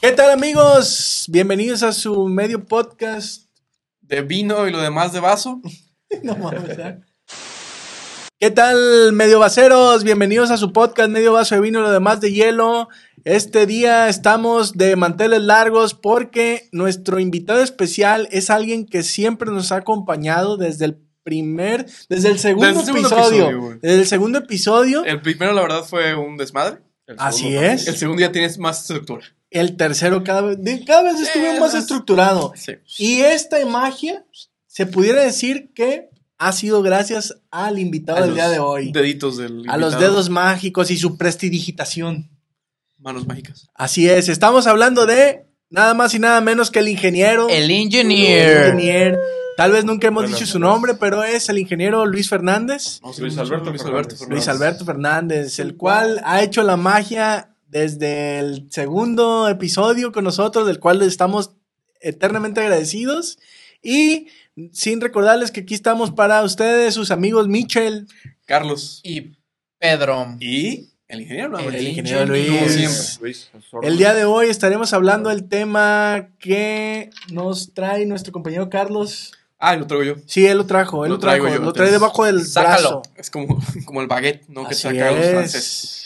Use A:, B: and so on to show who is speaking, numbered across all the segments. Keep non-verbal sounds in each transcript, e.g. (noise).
A: ¿Qué tal amigos? Bienvenidos a su medio podcast. (laughs)
B: De vino y lo demás de vaso.
A: No mames, ¿eh? ¿Qué tal medio vaceros? Bienvenidos a su podcast Medio Vaso de Vino y lo demás de hielo. Este día estamos de manteles largos porque nuestro invitado especial es alguien que siempre nos ha acompañado desde el primer, desde el segundo,
B: Desde el segundo
A: episodio.
B: episodio, güey.
A: desde el segundo episodio.
B: El primero, la verdad, fue un desmadre. El
A: Así
B: segundo también.
A: es.
B: El segundo ya tienes más estructura.
A: El tercero cada vez, de- cada vez estuvo
B: Eh,
A: más
B: es-
A: estructurado.
B: Sí.
A: Y esta magia se pudiera decir que ha sido gracias al invitado del
B: los
A: día de hoy.
B: Deditos del.
A: a los
B: invitado.
A: dedos mágicos y su prestidigitación.
B: Manos mágicas.
A: Así es, estamos hablando de nada más y nada menos que el ingeniero.
C: El
A: el
C: engineer.
A: ingenier. Tal vez nunca hemos
D: Buenas
A: dicho su
D: tardes.
A: nombre, pero es el ingeniero Luis Fernández.
B: No, sí,
D: Luis
B: mucho,
D: Alberto
B: Luis
D: Fernández.
B: Alberto Fernández.
A: Luis Alberto Fernández, el cual ha hecho la magia desde el segundo episodio con nosotros, del cual estamos eternamente agradecidos. Y sin recordarles que aquí estamos para ustedes, sus amigos Michel,
B: Carlos.
C: Y Pedro.
B: Y el ingeniero, ¿no?
C: El
B: El ingeniero.
A: ingeniero
B: Como
A: Luis.
B: siempre.
D: Luis, a sus
A: El
D: órdenes.
A: día de hoy estaremos hablando del tema que nos trae nuestro compañero Carlos.
B: Ah, y lo traigo yo.
A: Sí, él lo trajo, él lo,
B: Lo
A: trajo,
B: traigo yo,
A: lo trae
B: entonces,
A: debajo del
C: sácalo.
A: brazo.
B: Es como, (laughs) como el baguette, ¿no? Que
A: Así
B: saca los franceses.
A: es.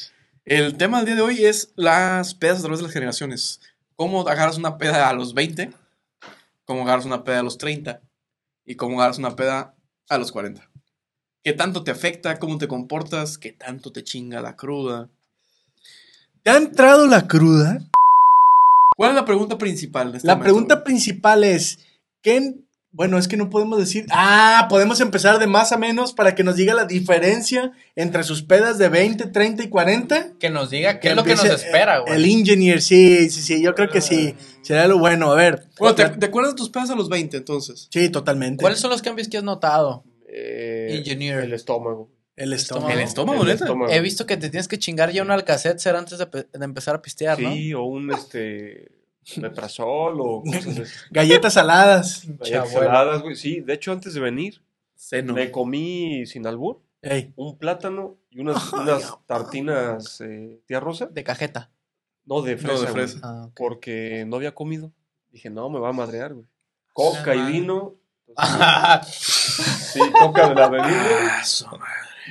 B: El tema del día de hoy es las pedas a través de las generaciones. ¿Cómo agarras una peda a los 20? ¿Cómo agarras una peda a los 30? ¿Y cómo agarras una peda a los 40? ¿Qué tanto te afecta? ¿Cómo te comportas? ¿Qué tanto te chinga la cruda?
A: ¿Te ha entrado la cruda?
B: ¿Cuál es la pregunta principal de este
A: La
B: momento?
A: pregunta principal es, ¿qué? Bueno, es que no podemos decir, ah, podemos empezar de más a menos para que nos diga la diferencia entre sus pedas de 20, 30 y 40.
C: Que nos diga qué es lo que nos
A: empiece,
C: espera,
A: eh,
C: güey. Ah.
A: El engineer, sí, sí, sí, yo creo que sí. Será lo bueno, a ver.
B: Bueno, ¿te, te acuerdas de tus pedas a los 20 entonces?
A: Sí, totalmente.
C: ¿Cuáles son los cambios que has notado?
D: Eh,
C: Engineer.
D: El estómago.
A: El estómago.
B: ¿El estómago,
D: El
B: neta?
D: estómago.
C: He visto que te tienes que chingar ya un alcacelser antes de, pe- de empezar a pistear, ¿no?
D: Sí, o un este. Metrazol o cosas así.
A: Galletas saladas.
D: Galletas
C: Chabuelo.
D: saladas, güey. Sí, de hecho, antes de venir,
B: Seno.
D: me comí sin albur
A: Ey,
D: un plátano y unas, unas tartinas eh, tía rosa.
C: De cajeta.
D: No, de fresa. güey,
B: fresa.
C: Ah, ok.
D: Porque no había comido. Dije, no, me va a madrear, güey. Coca
B: madre.
D: y vino. Sí, coca de la bebida.
B: Ah, su madre.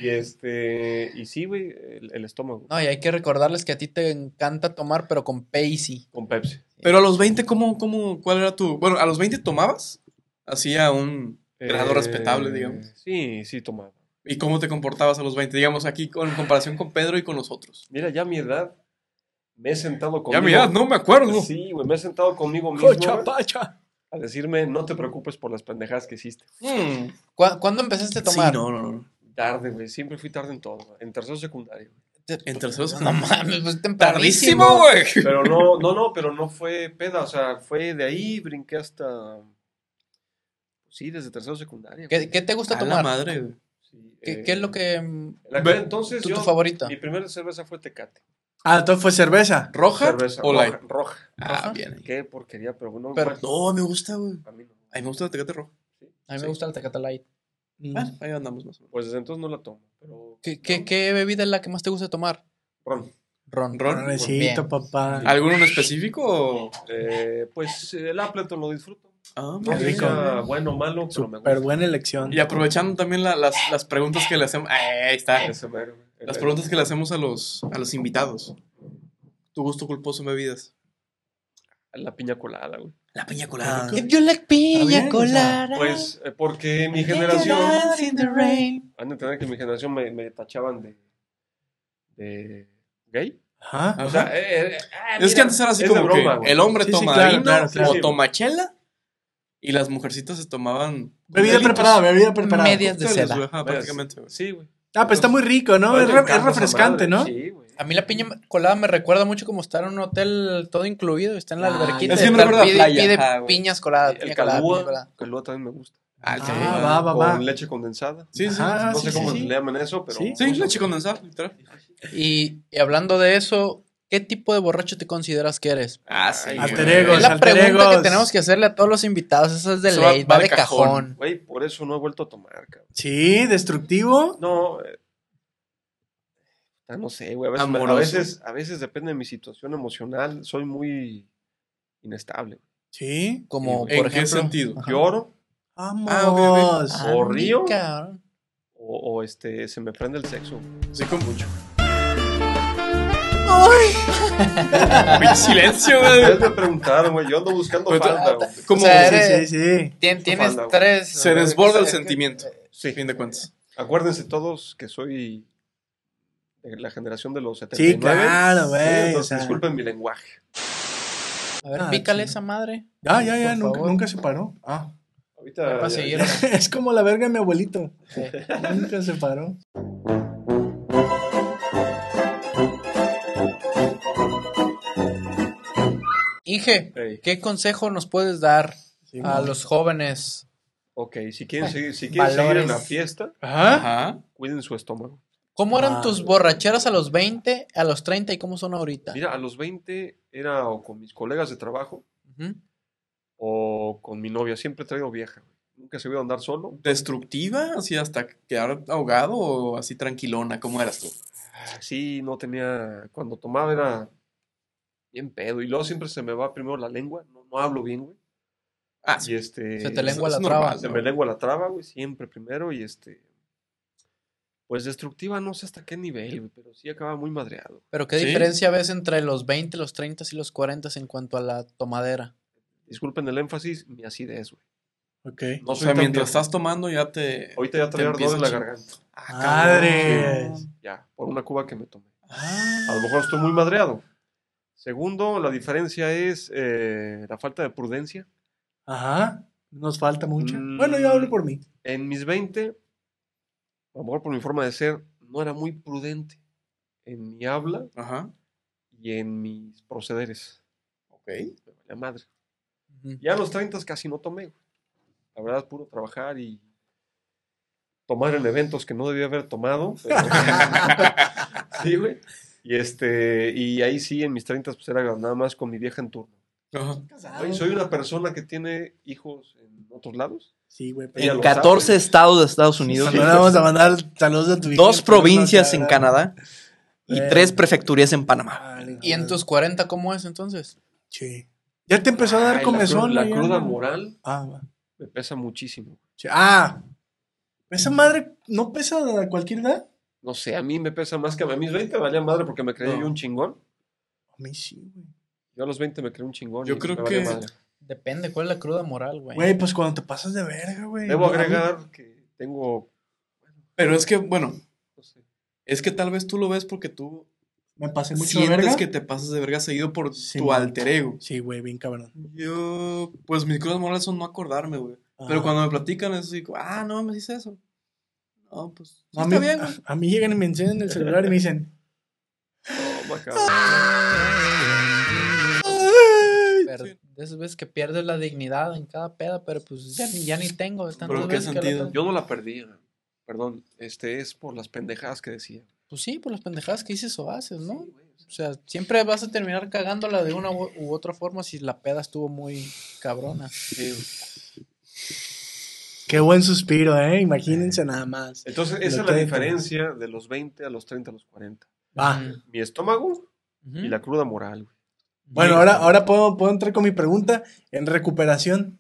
D: Y este. Y sí, güey, el, el estómago.
C: no, y hay que recordarles que a ti te encanta tomar, pero con Pepsi.
D: Con Pepsi.
B: Pero a los 20, ¿cómo, cómo, ¿cuál era tu...? Bueno, ¿a los 20 tomabas? Hacía un grado
D: Eh,
B: respetable, digamos.
D: Sí, sí, tomaba.
B: ¿Y cómo te comportabas a los 20? Digamos, aquí con, en comparación con Pedro y con los otros.
D: Mira, ya a mi edad me he sentado conmigo.
B: Ya mirad, no me acuerdo.
D: Sí, güey, me he sentado conmigo mismo
A: cocha,
D: güey,
A: pacha.
D: a decirme, no te preocupes por las pendejadas que hiciste.
B: Mm.
C: ¿Cu- ¿Cuándo empezaste a tomar?
B: Sí, no, no, no.
D: Tarde, güey, siempre fui tarde en todo, güey, en tercero secundario. güey.
C: Te-
B: En terceros.
C: No mames, pues tempranísimo.
B: Tardísimo, güey.
D: Pero no, no, no, pero no fue peda, o sea, fue de ahí, brinqué hasta... pues Sí, desde tercero secundario. eh,
C: ¿Qué, qué te gusta
B: A la
C: tomar?
B: madre, güey.
C: ¿Qué, qué es lo que... mm,
D: En aquel
B: Ve-
D: entonces
C: tú-
D: Pues yo,
C: tu favorita?
D: mi primera cerveza fue Tecate.
A: Ah, entonces fue cerveza.
B: ¿Roja
D: Cerveza
B: o light?
D: roja, roja.
B: Ah,
C: Roja.
B: bien.
D: Qué porquería, pero no...
C: Pero-
D: bueno,
B: No, me gusta, güey.
D: a mí no.
B: A mí me gusta la tecate roja.
C: A mí
D: Sí.
C: me gusta el Tecate Light.
B: Bueno, ahí andamos más o menos.
D: Pues desde entonces no la tomo, pero...
C: ¿Qué, qué- qué bebida es la que más te gusta tomar?
D: Ron.
C: Ron.
B: Ron.
A: Pobrecito,
C: Bien.
A: papá.
B: ¿Alguno en específico? o-
D: Eh, pues el Appleton lo disfruto.
B: Ah,
D: No
B: mira.
A: rico.
D: sea bueno o malo, pero me
A: Súper
D: gusta.
A: buena elección.
B: Y aprovechando también la- las, las preguntas que le hacemos. Ah, ahí está.
D: Ese mero, güey.
B: Las preguntas que le hacemos a los, a los invitados. Tu gusto culposo en bebidas. Ah,
D: La piña colada, güey.
B: La piña
A: colada.
C: If you like piña
A: bien, o sea,
C: colada.
D: Pues eh, porque mi
C: you
D: generación.
C: dance in the rain.
D: Han de entender que mi generación me, me tachaban de. de. gay.
A: Ajá.
D: O sea, eh, eh, ah,
B: Es que
D: mira,
B: antes era así
D: es de
B: como
D: broma,
B: que
D: güey.
B: el hombre
A: Sí, sí,
B: toma
A: claro,
B: vino
A: claro, claro.
B: o
D: Sí,
B: toma chela y las mujercitas se tomaban
A: Bebida
B: coctelitos.
A: preparada, bebida preparada.
C: Medias de
B: Cócteles,
C: seda.
B: güey, ajá,
D: Ves,
B: prácticamente. güey.
D: Sí, güey.
A: Ah, pues está muy rico, ¿no?
D: Me
A: Es, re-
D: encanta
A: es
D: esa
A: refrescante,
D: madre,
A: ¿no?
D: Sí, güey.
C: A mí la piña colada me recuerda mucho como estar en un hotel todo incluido, está en la
A: Ah,
C: alberquita.
A: es que
C: y
A: me
C: estar
B: recuerda a
C: pide,
B: playa,
C: pide
B: ajá, güey.
C: piñas coladas,
D: El
C: Ah, piña colada, piña
D: calúa.
C: colada.
D: Calúa también me gusta.
B: Ah, sí,
A: Ah,
B: güey.
A: va, va, va.
D: Con leche condensada.
B: Sí, Ah, sí.
A: Ajá,
D: no
A: sí,
D: sé
A: sí,
D: cómo
A: sí.
D: le llaman eso, pero.
A: Sí.
B: Sí, leche condensada, literal.
C: Y, y hablando de eso, ¿qué tipo de borracho te consideras que eres?
B: Ah, sí.
D: Ay,
B: güey.
A: Alter egos,
C: es la
A: alter
C: pregunta
A: egos.
C: que tenemos que hacerle a todos los invitados, esa es de
B: Eso
C: ley,
B: va-
C: va,
B: va
C: de
B: de cajón.
C: cajón.
D: Güey, por eso no he vuelto a tomar, cabrón.
A: Sí, destructivo.
D: No, eh, ah, no sé, güey. A veces, me- a,
B: Amoroso.
D: veces, a veces depende de mi situación emocional. Soy muy inestable.
A: Sí.
C: Como, por
B: ¿En
C: ejemplo.
B: qué sentido?
C: Ajá.
D: Lloro
A: Vamos.
B: Ah, ok,
C: Ah,
D: ¿O río?
C: mi cabrón.
D: o, o, este, se me prende el
A: (laughs)
D: sexo.
B: Sí, con mucho. (laughs) ¡Ay! silencio,
D: Ustedes (laughs)
B: güey.
D: me preguntaron, güey, yo ando buscando
A: Pues,
B: Pero tú-
D: falda,
A: ah,
D: güey.
B: Como
C: O sea,
A: Sí, sí,
C: eres-
A: sí.
C: Tien- tienes
D: Falda, güey.
C: tres.
B: se
C: güey,
B: desborda el
C: es que-
B: sentimiento, a
D: Sí.
B: fin de cuentas.
D: Acuérdense todos que soy de la generación de los 79.
A: Sí, claro, güey.
D: Entonces,
A: o sea.
D: disculpen mi lenguaje.
C: A ver,
A: Ah,
C: pícale
A: sí.
C: esa madre.
A: Ya, ya, ya,
C: Por
A: nunca,
C: favor.
A: nunca se paró.
B: Ah.
D: Ahorita.
C: Para
D: ya-
C: seguir.
D: ya-
A: (laughs) es como la verga de mi abuelito.
C: Sí.
A: Nunca se paró.
C: Inge,
D: Ey,
C: ¿qué consejo nos puedes dar
A: Sí,
C: a
A: mo-
C: los jóvenes?
D: ok, si quieren, seguir, si quieren seguir
C: Valores.
D: en la fiesta,
A: Ajá.
B: Ajá.
D: cuiden su estómago.
C: ¿Cómo eran
A: Ah.
C: tus borracheras a los 20, a los 30 y cómo son ahorita?
D: Mira, a los 20 era o con mis colegas de trabajo
C: Ujú.
D: o con mi novia. Siempre he traído vieja. güey. Nunca se voy a andar solo.
B: ¿Destructiva? Así hasta quedar ahogado o así tranquilona, ¿cómo eras tú?
C: Ah.
D: Sí, no tenía. Cuando tomaba era bien pedo. Y luego siempre se me va primero la lengua. No, no hablo bien, güey.
B: Ah, sí.
D: Y este.
C: Se te
B: es-
C: lengua
B: es
C: la
B: normal,
C: traba.
D: Se
B: ¿no?
D: me lengua la traba, güey, siempre primero y este... Pues destructiva no sé hasta qué nivel, güey, pero sí acaba muy madreado.
C: Pero ¿qué
B: Sí.
C: diferencia ves entre los 20, los 30 y los 40 en cuanto a la tomadera?
D: Disculpen el énfasis, mi acidez, güey.
A: Ok.
D: No
B: o
D: soy
B: sea,
D: tan
B: mientras
D: viejo.
B: estás tomando ya te...
C: Eh,
D: Ahorita ya traía ardor
B: empieza
D: en la
B: a chingar.
D: garganta.
A: Madre.
D: Ya, por una cuba que me tomé.
A: Ah,
D: A lo mejor estoy muy madreado. Segundo, la diferencia es eh, la falta de prudencia.
A: Ajá. Nos falta mucho.
D: Mm.
A: Bueno, yo hablo por mí.
D: En mis 20, a lo mejor por mi forma de ser, no era muy prudente en mi habla
B: Ajá.
D: y en mis procederes.
B: Ok.
D: Me valía madre.
C: Ujú.
D: Ya a los 30 casi no tomé. güey. La verdad es puro trabajar y tomar en eventos que no debía haber tomado. pero- (laughs) sí, güey. Y, este, y ahí sí, en mis 30 pues era nada más con mi vieja en turno.
B: Ajá.
D: Oye, soy una persona que tiene hijos en otros lados.
A: Sí, güey.
D: Ella
A: Pero...
E: En
D: lo
E: 14
D: sabe.
E: estados de Estados Unidos,
A: Ahora vamos a mandar saludos a tu hija,
E: dos
A: pero no,
E: provincias en
A: cabrón.
E: Canadá y
A: Eh.
E: tres prefecturías en Panamá.
A: Vale,
C: ¿Y en
A: vale.
C: tus 40 cómo es entonces?
A: Sí. Ya te empezó a dar
D: Ay,
A: comezón.
D: La,
A: güey,
D: cru-
A: ya,
D: la cruda
A: ¿no?
D: moral
A: Ah, va.
D: me pesa muchísimo.
A: Sí. Ah. Esa madre no pesa a cualquier edad.
D: No sé, a mí me pesa más que a mis 20 me valía madre porque me creía
A: No.
D: yo un chingón.
A: A mí sí, güey.
D: Yo a los 20 me creí un chingón.
B: Yo
D: y
B: creo
D: me valía
B: que-
D: madre.
C: Depende, ¿cuál es la cruda moral, güey?
A: Güey, pues cuando te pasas de verga, güey. No,
D: Debo agregar que tengo...
B: Pero es que, bueno,
D: no sé,
B: es que tal vez tú lo ves porque tú
A: Me pasé mucho de
B: sientes
A: verga.
B: que te pasas de verga seguido por
A: Sí,
B: tu
A: man.
B: alter ego.
A: Sí, güey, bien cabrón.
B: Yo, pues mis crudas morales son no acordarme, güey.
A: Ajá.
B: Pero cuando me platican es así, como, ah, no, me dice eso. No, pues, sí
A: Ah, a, mí, (laughs)
B: está bien, güey.
A: a- a mí llegan y me enseñan el celular y me dicen,
D: toma,
B: Ah,
D: cabrón.
C: Pero de esas veces que pierdes la dignidad en cada peda, pero pues ya, ni- ya ni tengo. tantas
B: ¿Pero en qué
C: veces que la
B: sentido?
C: tengo.
D: Yo no la perdí, güey. perdón, este es por las pendejadas que decía.
C: Pues sí, por las pendejadas que dices o haces, ¿no?
D: Sí, güey, o sea,
C: O sea, siempre vas a terminar cagándola de una u, u otra forma si la peda estuvo muy cabrona.
D: sí, güey.
A: qué buen suspiro, ¿eh? Imagínense nada más.
D: Entonces,
A: Lo
D: esa es la
A: que-
D: diferencia de los 20 a los 30 a los 40.
A: Va.
C: Ujú.
D: Mi estómago
C: Ujú.
B: ¿Mm?
D: y la cruda moral. güey.
A: Bueno, ahora, ahora puedo, puedo entrar con mi pregunta en recuperación.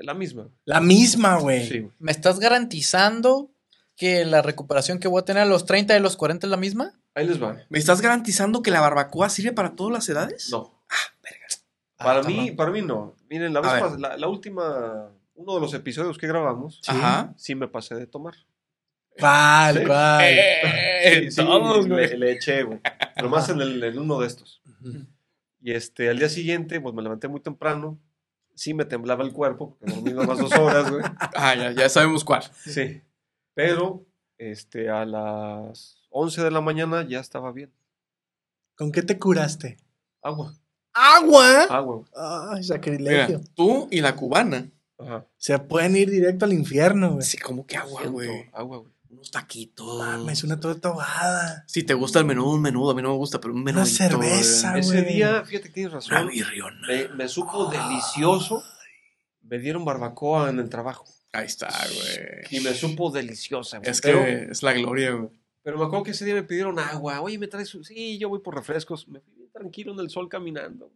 D: La misma.
A: La misma, güey.
D: Sí, güey.
C: ¿Me estás garantizando que la recuperación que voy a tener a los 30 y los 40 es la misma?
D: Ahí les va.
B: ¿Me estás garantizando que la barbacoa sirve para todas las edades?
D: No.
C: Ah,
D: Para
C: cabrón.
D: mí, para mí no. Miren, la,
B: A
D: vez
B: ver.
D: pas- la, la última, uno de los episodios que grabamos,
A: Sí.
B: Ajá.
D: sí me pasé de tomar.
A: ¿Cuál,
D: Sí.
A: cuál?
D: Sí, sí, le, le eché, güey. Nomás en, el- en uno de estos.
A: Ujú.
D: Y este, al día siguiente, pues me levanté muy temprano. Sí me temblaba el cuerpo, porque dormí más dos horas, güey.
B: Ah, ya, ya sabemos cuál.
D: Sí. Pero, este, a las 11 de la mañana ya estaba bien.
A: ¿Con qué te curaste?
D: Agua.
A: ¡Agua!
D: Agua, güey.
A: Ay,
B: Mira,
A: sacrilegio.
B: tú y la cubana.
D: Ajá.
A: Se pueden ir directo al infierno, güey.
B: Sí, como que agua,
D: Siento
B: güey.
D: Agua, güey.
B: Unos taquitos.
A: Mames, una torta ahogada.
B: Si te gusta el menudo, un menudo. A mí no me gusta, pero un menudo.
A: cerveza, Ah,
D: Ese
A: güey.
D: día, fíjate que tienes
B: Una
D: razón.
B: birriona.
D: Me, me supo delicioso. Me dieron barbacoa en el trabajo.
B: Ahí está, güey.
D: Y me supo deliciosa, güey.
B: Es
D: Pero-
B: que es la gloria, güey.
D: Pero me acuerdo que ese día me pidieron agua. Oye, me traes. un- Sí, yo voy por refrescos. Me fui bien tranquilo en el sol caminando.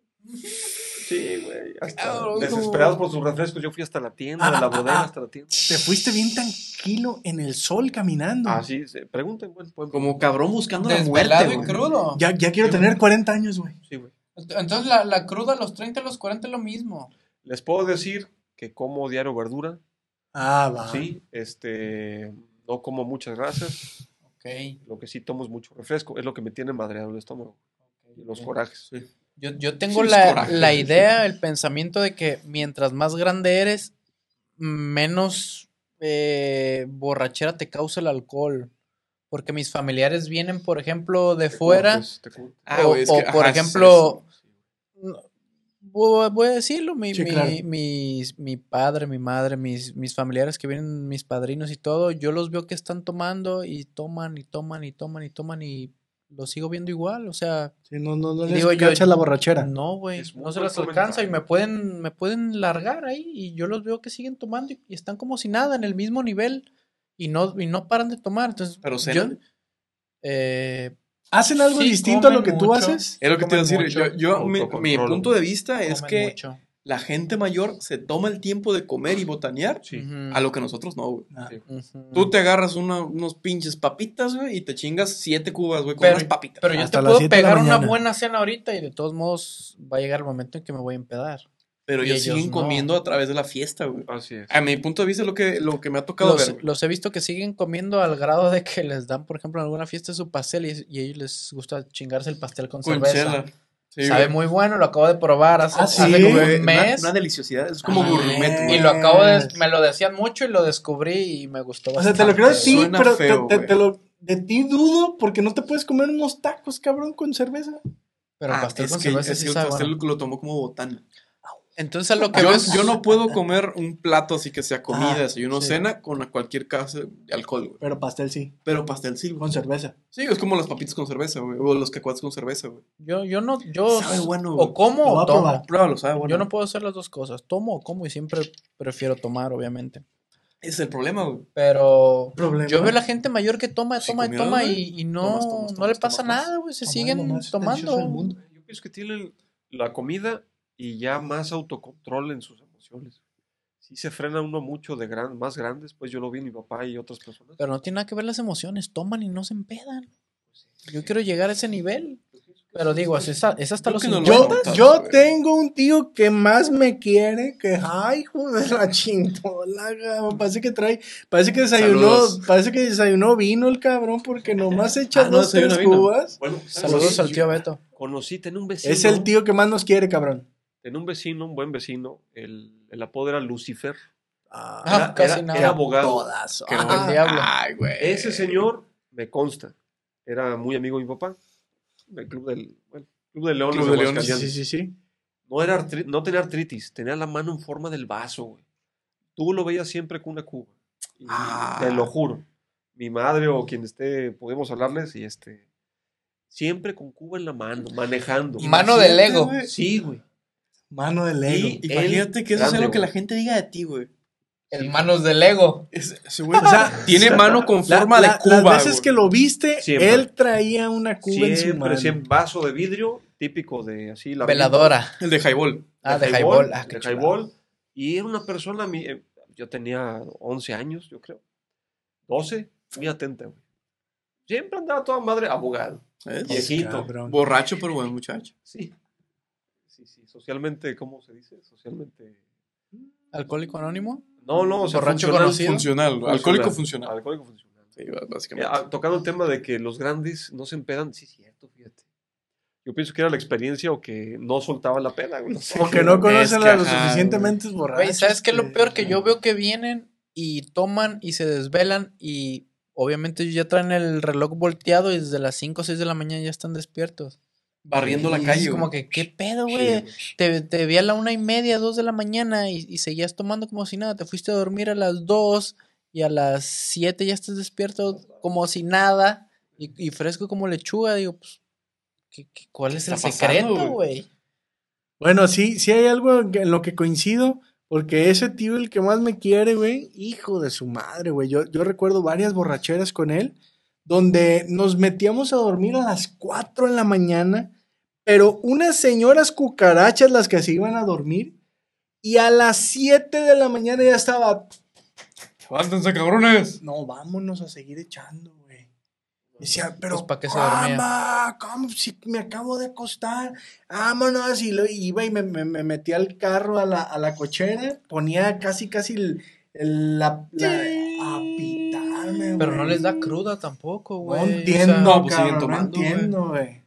D: Sí, güey. hasta
B: Cabrón,
D: Desesperados por sus refrescos, yo fui hasta la tienda, (laughs) de la bodega hasta la tienda.
A: Te fuiste bien tranquilo en el sol caminando.
B: Ah,
D: Así, se- pues, pregunten, güey. pueden-
B: Como cabrón buscando la muerte,
C: Desvelado y
B: güey.
C: crudo.
A: Ya, ya quiero tener 40 años, güey.
D: Sí, güey.
C: Entonces la, la cruda a los 30, a los 40 es lo mismo.
D: Les puedo decir que como diario verdura,
A: Ah, va.
D: sí, este, no como muchas grasas,
C: Ok.
D: lo que sí tomo es mucho refresco, es lo que me tiene madreado el estómago, y los
C: ok.
D: corajes.
C: Yo, yo tengo
B: Sí, es
C: la,
B: coraje.
C: la idea, el pensamiento de que mientras más grande eres, menos eh, borrachera te causa el alcohol. Porque mis familiares vienen, por ejemplo, de
D: Te
C: fuera.
D: curtes, te curtes.
B: Ah,
C: o,
B: güey, es
C: o,
B: que-
C: por
B: ajá, es
C: ejemplo,
B: eso.
C: voy, voy a decirlo, mi,
A: Sí,
C: mi,
A: claro.
C: mis- mi padre, mi madre, mis, mis familiares que vienen, mis padrinos y todo, yo los veo que están tomando y toman y toman y toman y toman y los sigo viendo igual, o sea,
A: Sí, no, no, no les
C: Digo yo-
A: cacha la borrachera.
C: no, güey,
D: Es muy
C: no se
D: buen
C: las alcanza y
D: comentario.
C: me pueden, me pueden largar ahí y yo los veo que siguen tomando y, y están como si nada en el mismo nivel y no, y no paran de tomar, entonces
B: Pero
C: yo-
B: cenan.
C: eh,
A: ¿Hacen algo
C: Sí,
A: distinto a lo
C: comen
A: que tú
C: mucho.
A: haces?
B: Es lo que te iba a
C: comen
B: decir. Yo,
C: mucho.
B: yo- mi, mi
D: Autocontrol.
B: punto de vista es
C: comen
B: que
C: mucho.
B: la gente mayor se toma el tiempo de comer y botanear
D: Sí.
C: Ujú,
B: a lo que nosotros no, güey.
A: Ah.
C: ujú.
B: Tú te agarras una- unos pinches papitas, güey, y te chingas siete cubas, güey, con
C: Pero-
B: unas papitas. Ah,
C: Pero yo
A: Hasta
C: te
A: las
C: puedo
A: siete de la
C: pegar una
A: mañana.
C: buena cena ahorita y de todos modos va a llegar el momento en que me voy a empedar.
B: Pero
C: y
B: ellos
C: ellos
B: siguen
C: no.
B: comiendo a través de la fiesta, güey.
D: Así es.
B: A mi punto de vista es lo que, lo que me ha tocado ver.
C: Los,
B: güey.
C: los he visto que siguen comiendo al grado de que les dan, por ejemplo, en alguna fiesta su pastel y, y a ellos les gusta chingarse el pastel con,
B: Con
C: cerveza.
B: chela. Sí,
C: Sabe
B: güey.
C: muy bueno, lo acabo de probar hace,
A: Ah, sí,
C: hace como
A: güey,
C: un
B: Una-
C: mes.
B: Una, deliciosidad. Es como
A: Ah,
B: gourmet,
A: güey.
B: güey.
C: y lo acabo de, me lo decían mucho y lo descubrí y me gustó
A: O sea,
C: bastante.
A: te lo creo de ti,
B: Suena
A: pero te,
B: feo,
A: te-
B: güey.
A: te lo, de ti dudo porque no te puedes comer unos tacos, cabrón, con cerveza.
C: Pero el
B: Ah,
C: pastel
B: es
C: con
B: que-
C: cerveza
B: es
C: sí
B: que el
C: sabe
B: pastel
C: bueno.
B: lo, lo tomo como botana.
C: Entonces a lo que
B: Yo,
C: ves-
B: yo no puedo comer un plato así que sea comida,
A: Ah,
B: desayuno,
A: sí.
B: cena con cualquier caso de alcohol, güey.
A: Pero pastel sí,
B: Pero pastel sí, güey.
A: con cerveza.
B: Sí, es como las papitas con cerveza, güey. O los cacahuates con cerveza, güey.
C: yo, yo no, yo
B: Sabe bueno, güey.
C: o como
A: Lo voy a
C: o tomo.
A: probar.
B: Pruébalo, sabe bueno.
C: Yo no puedo hacer las dos cosas. Tomo o como y siempre prefiero tomar, obviamente.
B: Ese es el problema, güey.
C: Pero
A: Problema.
C: yo veo la gente mayor que toma,
B: Sí,
C: toma y
B: comieron,
C: toma
B: güey.
C: y, y no,
B: Tomas, tomas,
C: no le
B: tomas,
C: pasa
B: tomas.
C: nada, güey. Se
A: Tomar lo
C: siguen
A: más delicioso del
C: tomando.
A: mundo.
D: Yo pienso que tienen la comida y ya más autocontrol en sus emociones. Si se frena uno mucho de gran, más grandes, pues yo lo vi en mi papá y otras personas.
C: Pero no tiene nada que ver las emociones. Toman y no se empedan. Yo quiero llegar a ese nivel. Pero digo, es, esa- es hasta
B: Creo
C: los
B: que no lo
C: 50.
A: Yo,
B: notas,
A: yo
B: güey.
A: tengo un tío que más me quiere que, ay, joder, la chintola, cabrón. parece que trae, parece que desayunó,
B: Saludos.
A: parece que desayunó vino el cabrón porque
B: (laughs)
A: nomás echa
B: Ah, no
A: dos, tres
B: desayuna vino.
A: cubas.
D: Bueno,
C: Saludos al tío Beto.
D: Conocí, tenía un vecino.
A: Es el tío que más nos quiere, cabrón.
D: Tenía un vecino, un buen vecino. El, el apodo era Lucifer.
C: Ah,
D: Era,
C: casi
D: era-
C: nada.
D: era abogado.
A: Todas.
B: Que
A: ah,
C: el diablo.
B: Ay, güey.
D: Ese señor, me consta, era muy amigo de mi papá. Del Club del, bueno, Club de Leones.
B: Club
D: de
B: de Leones,
D: Aguascalientes.
A: Sí, sí, sí.
D: No, era artri- no tenía artritis, tenía la mano en forma del vaso, güey. Tú lo veías siempre con una cuba. Y
B: Ah.
D: Te lo juro. Mi madre o quien esté, podemos hablarles y este. Siempre con cuba en la mano, manejando.
C: Mano de
B: Imagínate,
C: Lego.
B: güey.
D: Sí, güey.
A: Mano de
B: Y
A: Lego.
B: imagínate que eso sea
D: grande,
B: lo que la
D: güey.
B: gente diga de ti, güey.
C: Hermanos del ego.
B: Ese ese güey, o sea, tiene mano con
A: La-
B: forma
A: la-
B: de cuba,
A: Las veces
B: güey.
A: que lo viste,
D: Siempre.
A: él traía una cuba en su mano.
D: Siempre, siempre. Vaso de vidrio, típico de así. La
C: Veladora.
B: El de highball.
C: Ah, de highball. Ah, qué
D: de
C: chulada.
D: highball. Y era una persona, mi- eh, yo tenía 11 años, yo creo. 12, muy atenta, güey. Siempre andaba toda madre abogado.
B: ¿eh?
A: Pues,
D: viejito,
A: cabrón.
B: Borracho, pero buen muchacho.
D: Sí. Sí, sí. Socialmente, ¿cómo se dice? Socialmente.
C: Alcohólico anónimo.
D: No, no, o sea,
C: Borracho
D: funcional,
C: conocido.
B: Funcional, alcohólico
D: funcional.
B: funcional.
D: Alcohólico funcional.
B: Sí, básicamente.
D: Mira, ah, tocando el tema de que los grandes no se empedan, sí, cierto, fíjate. Yo pienso que era la experiencia o que no soltaba la pena, güey. no sé.
A: Porque no conocen
B: que
A: a los
B: ajá,
A: suficientemente borrachos.
C: Güey, ¿sabes qué es lo peor? Que yo
A: veo
C: veo que vienen y toman y se desvelan y obviamente ellos ya traen el reloj volteado y desde las 5 o 6 de la mañana ya están despiertos.
B: Barriendo la
C: Y
B: calle.
C: dices como
B: güey.
C: que, ¿qué pedo,
D: Sí,
C: güey? Te, te vi a la una y media, dos de la mañana y, y seguías tomando como si nada. Te fuiste a dormir a las dos y a las siete ya estás despierto como si nada y, y fresco como lechuga. Digo, pues, ¿qué- qué- cuál es
B: está
C: el
B: pasando,
C: secreto,
B: güey?
C: güey?
A: Bueno, sí, sí hay algo en que- en lo que coincido, porque ese tío el que más me quiere, güey, hijo de su madre, güey. Yo, yo recuerdo varias borracheras con él, donde nos metíamos a dormir a las 4 en la mañana, pero unas señoras cucarachas las que se iban a dormir y a las 7 de la mañana ya estaba,
B: ¡Levántense, cabrones!
A: no, vámonos a seguir echando, güey. Decía, pero
C: Pues, ¿pa' qué se dormía?
A: ¿cómo, ¿cómo? Si me acabo de acostar, vámonos. Y lo iba y me, me, me metí al carro, a la, a la cochera, ponía casi, casi el- el- la, la- a pitarme,
C: Pero no
A: güey.
C: les da cruda tampoco,
A: No
C: güey.
A: entiendo,
B: no, pues,
A: cabrón,
B: siguen
A: no
B: tomando, güey.
A: entiendo, güey.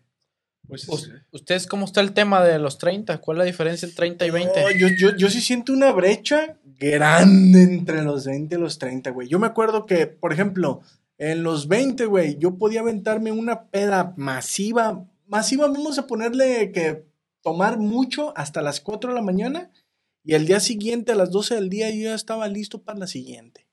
B: Pues,
C: O sea, u- ¿Ustedes cómo está el tema de los 30? ¿Cuál es la diferencia entre 30 y 20?
A: No, yo, yo, yo sí siento una brecha grande entre los 20 y los 30, güey. Yo me acuerdo que, por ejemplo, en los 20, güey, yo podía aventarme una peda masiva. Masiva, vamos a ponerle que tomar mucho hasta las 4 de la mañana y el día siguiente, a las 12 del día, yo ya estaba listo para la siguiente.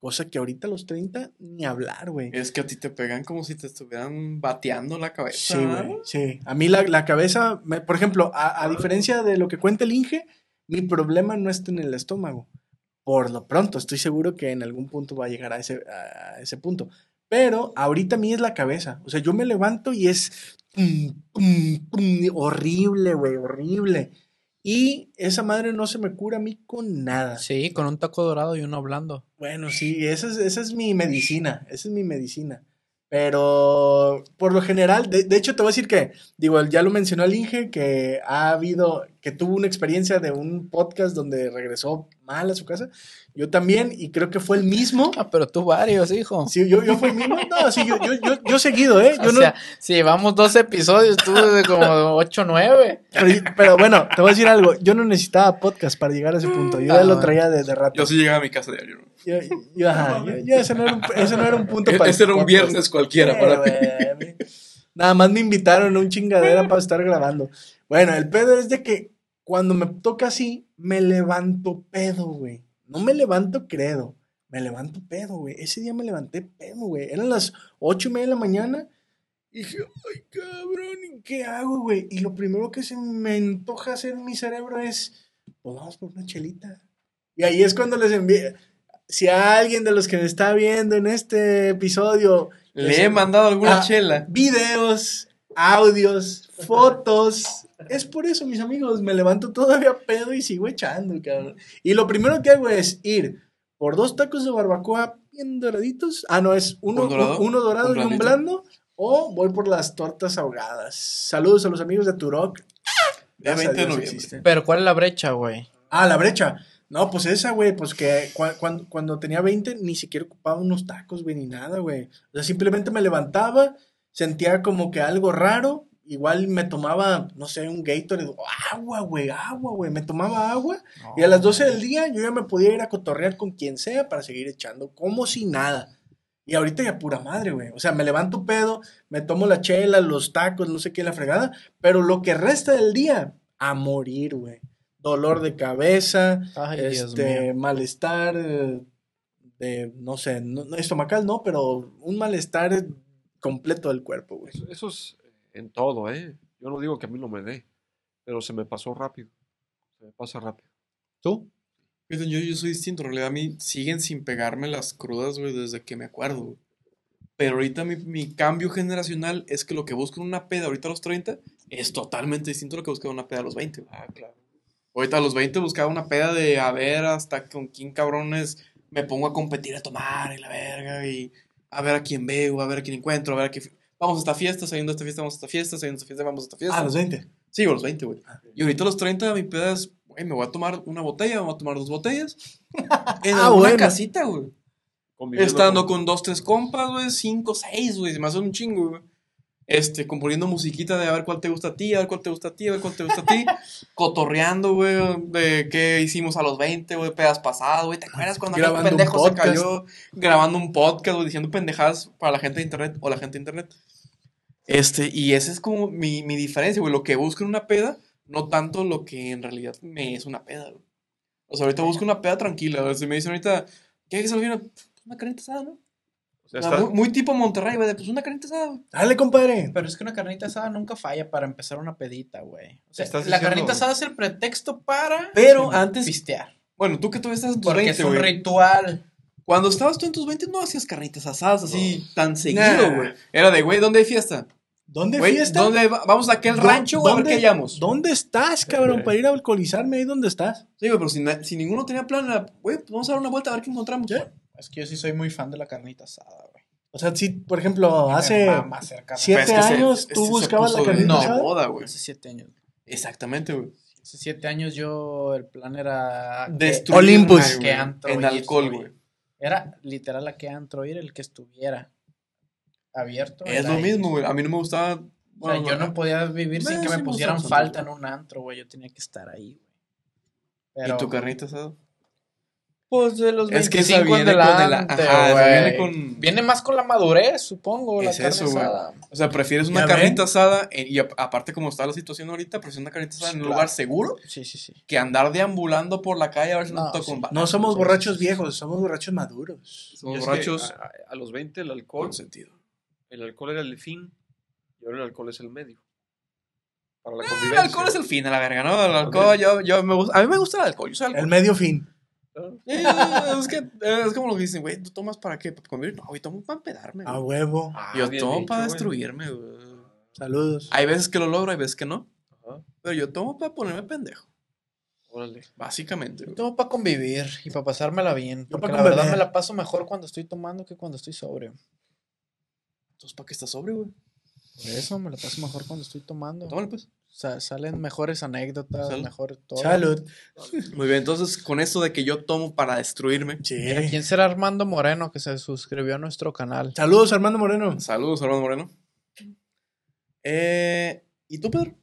A: Cosa que ahorita a los 30 ni hablar, güey.
B: es que a ti te pegan como si te estuvieran bateando la cabeza.
A: Sí, güey, sí. A mí la, la cabeza, me- por ejemplo, a, a diferencia de lo que cuenta el Inge, mi problema no está en el estómago. Por lo pronto, estoy seguro que en algún punto va a llegar a ese, a ese punto. Pero ahorita a mí es la cabeza. O sea, yo me levanto y es pum, pum, pum, horrible, güey, horrible. Y esa madre no se me cura a mí con nada.
C: Sí, con un taco dorado y uno hablando.
A: Bueno, sí, esa es, esa es mi medicina, esa es mi medicina. Pero por lo general, de, de hecho te voy a decir que, digo, ya lo mencionó el Inge, que ha habido, que tuvo una experiencia de un podcast donde regresó mal a su casa. Yo también, y creo que fue el mismo.
C: Ah, pero tú varios, hijo.
A: Sí, yo, yo fui el mismo. No, sí, yo, yo, yo, yo seguido, ¿eh? Yo
C: o
A: no-
C: sea, si llevamos dos episodios, tú de como 8 o 9.
A: pero, pero bueno, te voy a decir algo, yo no necesitaba podcast para llegar a ese punto, yo
C: Ah.
A: ya lo traía de, de rato.
B: Yo sí llegaba a mi casa diario. ¿no? E,
A: Yo, yo- ajá, yo- yo ese, no era un, ese no era un punto para... el
B: Ese era un
A: podcast.
B: viernes cualquiera
A: Sí,
B: para mí.
A: güey, a mí- Nada más me invitaron a un chingadera para estar grabando. Bueno, el pedo es de que cuando me toca así, me levanto pedo, güey. No me levanto credo, me levanto pedo, güey. Ese día me levanté pedo, güey. Eran las ocho y media de la mañana. Y dije, ay, cabrón, ¿y qué hago, güey? Y lo primero que se me antoja hacer en mi cerebro es, pues vamos por una chelita. Y ahí es cuando les envié. Si a alguien de los que me está viendo en este episodio
B: Le he mandado alguna
A: Ah.
B: chela.
A: videos, audios, fotos. Es por eso, mis amigos, me levanto todavía pedo y sigo echando, cabrón. Y lo primero que hago es ir por dos tacos de barbacoa bien doraditos. Ah, no, es uno,
B: ¿Un dorado?
A: uno dorado
B: ¿Un
A: y un
B: blandito?
A: blando. O voy por las tortas ahogadas. Saludos a los amigos de Turok.
B: De
A: Gracias a
B: 20 de
A: Dios
B: noviembre.
A: existen.
C: Pero ¿cuál es la brecha, güey?
A: Ah, la brecha. No, pues esa, güey, pues que cua- cuando, cuando tenía 20 ni siquiera ocupaba unos tacos, güey, ni nada, güey. O sea, simplemente me levantaba, sentía como que algo raro, igual me tomaba, no sé, un Gatorade, agua, güey, agua, güey, me tomaba agua y a las 12 del día yo ya me podía ir a cotorrear con quien sea para seguir echando, como si nada. Y ahorita ya pura madre, güey. O sea, me levanto pedo, me tomo la chela, los tacos, no sé qué, la fregada. Pero lo que resta del día, a morir, güey. Dolor de cabeza,
C: Ay, Dios mío.
A: este, malestar eh, de, no sé, no- no, estomacal no, pero un malestar completo del cuerpo, güey.
D: pues, Eso, eso es en todo, ¿eh? Yo no digo que a mí no me dé, pero se me pasó rápido. Se me pasa rápido.
C: ¿Tú?
B: Fíjate, Yo, yo soy distinto, en realidad a mí siguen sin pegarme las crudas, güey, desde que me acuerdo. güey. Pero ahorita mi, mi cambio generacional es que lo que busco en una peda ahorita a los 30 es totalmente distinto a lo que buscaba en una peda a los 20. güey. Ahorita a los 20 buscaba una peda de a ver hasta con quién cabrones me pongo a competir a tomar y la verga y a ver a quién veo, a ver a quién encuentro, a ver a qué... fi- Vamos a esta fiesta, saliendo de esta fiesta, vamos a esta fiesta, saliendo de esta fiesta, vamos a esta fiesta.
A: A Ah, los 20.
B: Sí, a los 20, güey.
A: Ah,
B: Y ahorita a los 30 mi peda es, güey, me voy a tomar una botella, me voy a tomar
A: (laughs)
B: dos botellas. En
A: Ah,
B: alguna
A: bueno.
B: casita, güey.
D: Conviviendo
B: Estando con dos, tres compas, güey, cinco, seis, güey, se me hace un chingo, güey. Este, componiendo musiquita de a ver cuál te gusta a ti, a ver cuál te gusta a ti, a ver cuál te gusta a ti. Cotorreando, güey, de qué hicimos a los 20, güey, pedas pasadas, güey. ¿Te acuerdas cuando aquel
A: Ah, Grabando un
B: pendejo se
A: podcast.
B: cayó grabando un podcast, güey, diciendo pendejadas para la gente de internet o la gente de internet? Este, y esa es como mi, mi diferencia, güey. Lo que busco en una peda, no tanto lo que en realidad me es una peda, güey. O sea, ahorita busco una peda tranquila, güey. Si me dicen ahorita, ¿qué hay que salir? Una carnita asada, ¿no?
D: O sea,
B: O sea,
D: está-
B: muy, muy tipo Monterrey, güey, de, pues una carnita asada. güey.
A: Dale, compadre.
C: Pero es que una carnita asada nunca falla para empezar una pedita, güey. O sea, la
D: Estás diciendo-
C: carnita asada es el pretexto para
B: Pero antes-
C: pistear.
B: Bueno, tú que todavía estás en tus
C: Porque
B: 20,
C: es un
B: güey.
C: ritual.
B: Cuando estabas tú en tus 20 no hacías carnitas asadas así tan seguido,
A: Nah.
B: güey. Era de, güey, ¿dónde hay fiesta?
A: ¿Dónde
B: Güey,
A: fiesta?
B: ¿dónde va- vamos a aquel
A: ¿Dó-
B: rancho, güey, a ver
A: dónde-
B: qué hallamos.
A: ¿Dónde
C: Eh,
A: estás, cabrón? Para ir a alcoholizarme ahí donde estás.
B: Sí, güey, pero si, na- si ninguno tenía plan, la- güey, pues vamos a dar una vuelta a ver qué encontramos.
C: Es que yo sí soy muy fan de la carnita asada, güey.
A: O sea, sí, por ejemplo,
C: Eh,
A: hace
C: Más cerca.
A: siete
B: Pero es que se-
A: años
B: es que
A: tú
B: se
A: buscabas la
B: puso de-
A: carnita
C: no.
A: asada.
B: de moda, güey.
C: Hace siete años.
B: Exactamente, güey.
C: Hace siete años yo, el plan era... que-
B: Destruir
F: Olympus.
B: una, güey,
C: Que antro
B: en
C: y
B: alcohol,
C: esto,
B: güey.
C: Era literal a qué antro ir, el que estuviera abierto.
B: Es
C: era
B: lo
C: ir.
B: mismo, güey. A mí no me gustaba.
C: O sea,
B: bueno,
C: yo no podía vivir sin
B: Eh,
C: que
B: sí
C: me
B: me
C: pusieran
B: gustaba
C: falta en
B: bastante.
C: un antro, güey. Yo tenía que estar ahí, güey.
B: ¿Y tu
C: Pero
B: carnita asada?
G: Pues de los
B: Es que
G: 25
B: esa viene
G: en
B: con
G: adelante,
B: el. Ajá, esa
G: güey.
B: viene con.
C: viene más con la madurez, supongo, la
B: Es
C: carne
B: eso, güey.
C: asada.
B: O sea, prefieres una
A: Ya
B: carnita asada. eh, Y a- aparte, como está la situación ahorita, prefieres una carnita asada en un
C: Claro.
B: lugar seguro
C: Sí, sí, sí.
B: que andar deambulando por la calle a ver si
C: No,
B: nos toca
C: sí.
B: un Ah, bar.
A: No somos borrachos viejos, somos borrachos maduros.
B: Somos
D: Y es que
B: borrachos
D: a, a- a los 20 el alcohol,
B: con ah, sentido.
D: el alcohol era el fin y ahora el alcohol es el medio. Para la
B: Ah, El
D: convivencia.
B: alcohol es el fin, a la verga, ¿no? El alcohol, yo, yo me gusta. A mí me gusta el alcohol. Yo soy
A: (laughs)
B: alcohol.
A: El medio fin.
B: Eh, es que eh, es como lo que dicen, güey, ¿tú tomas para qué? ¿Para convivir? No, güey, tomo para empedarme.
A: A
B: güey.
A: huevo.
D: Ah,
B: yo
D: bien
B: tomo
D: dicho,
B: para
D: güey.
B: destruirme, güey.
A: Saludos.
B: Hay veces que lo logro, hay veces que no.
D: Ajá.
B: Pero yo tomo para ponerme pendejo,
D: Órale.
B: básicamente. güey.
C: Todo para convivir y para pasármela bien.
A: Yo
C: Porque
A: pa'
C: la verdad
A: convivir.
C: me la paso mejor cuando estoy tomando que cuando estoy sobrio.
B: Entonces, ¿para qué estás sobre, güey?
C: Por eso me la paso mejor cuando estoy tomando.
B: Tómale, pues.
C: Sa- salen mejores anécdotas,
B: Salud.
C: mejor todo.
A: Salud.
B: Muy bien, entonces, con eso de que yo tomo para destruirme.
A: Sí.
C: ¿Quién será Armando Moreno que se suscribió a nuestro canal?
A: Saludos, Armando Moreno.
B: Saludos, Armando Moreno. Eh, ¿Y tú, Pedro?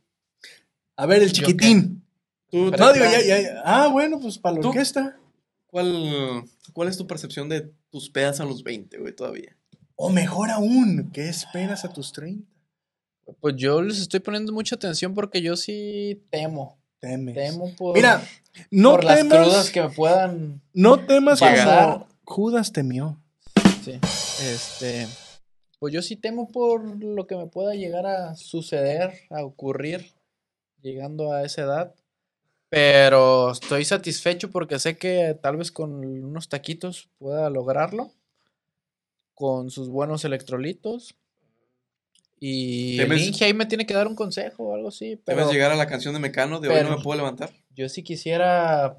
A: A ver, el
C: ¿Yo
A: chiquitín.
B: ¿Tú,
A: No, digo, ya, ya, ya. Ah, bueno, pues para la
B: ¿Tú?
A: orquesta.
B: ¿Cuál, ¿Cuál es tu percepción de tus pedas a los 20, güey, todavía?
A: O mejor aún, ¿qué esperas a tus 30?
C: Pues yo les estoy poniendo mucha atención porque yo sí temo.
A: Temes.
C: Temo por,
A: Mira, no
C: por las
A: temas,
C: crudas que me puedan.
A: no temas
C: Llegar.
A: como Judas temió.
C: Sí. Este. Pues yo sí temo por lo que me pueda llegar a suceder, a ocurrir, llegando a esa edad. Pero estoy satisfecho porque sé que tal vez con unos taquitos pueda lograrlo. Con sus buenos electrolitos. Y el
B: ¿Temes-
C: Inge ahí me tiene que dar un consejo o algo así.
B: Debes
C: Pero
B: llegar a la canción de Mecano de hoy
C: pero-
B: no me puedo levantar.
C: yo sí quisiera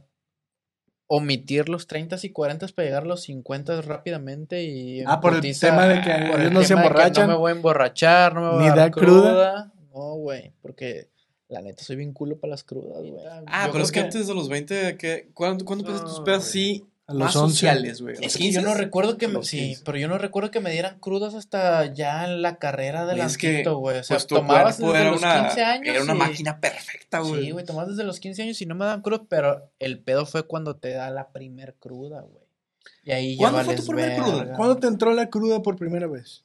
C: omitir los 30 y 40 para llegar a los 50 rápidamente y en
A: Ah, por el
C: putiza-
A: tema de que
C: por el
A: ellos no se
C: tema de que
A: emborrachan.
C: No me voy a emborrachar, no me voy
A: Ni
C: a dar
A: da cruda.
C: cruda. No, güey, porque la neta soy bien culo para las crudas, güey.
B: Ah, pero es que antes de los 20, ¿qué? ¿cuándo, ¿cuándo empezaste tus
D: No,
B: pedas
D: güey.
B: así
A: A los
B: más
A: 11.
B: sociales, güey? ¿A los
C: Es que yo
B: 15?
C: no recuerdo que me,
B: Los
C: sí,
B: 15.
C: pero yo no recuerdo que me dieran crudas hasta ya en la carrera del
B: Güey, es que,
C: antito, güey. O sea,
B: pues tu
C: tomabas
B: cuerpo
C: desde
B: era
C: los
B: una,
C: 15 años
B: era una
C: y-
B: máquina perfecta, güey.
C: Sí, güey, tomás desde los 15 años y no me dan crudas, pero el pedo fue cuando te da la primer cruda, güey. Y ahí ya
B: ¿Cuándo fue tu
C: vales
B: primer cruda?
C: verga.
A: ¿Cuándo te entró la cruda por primera vez?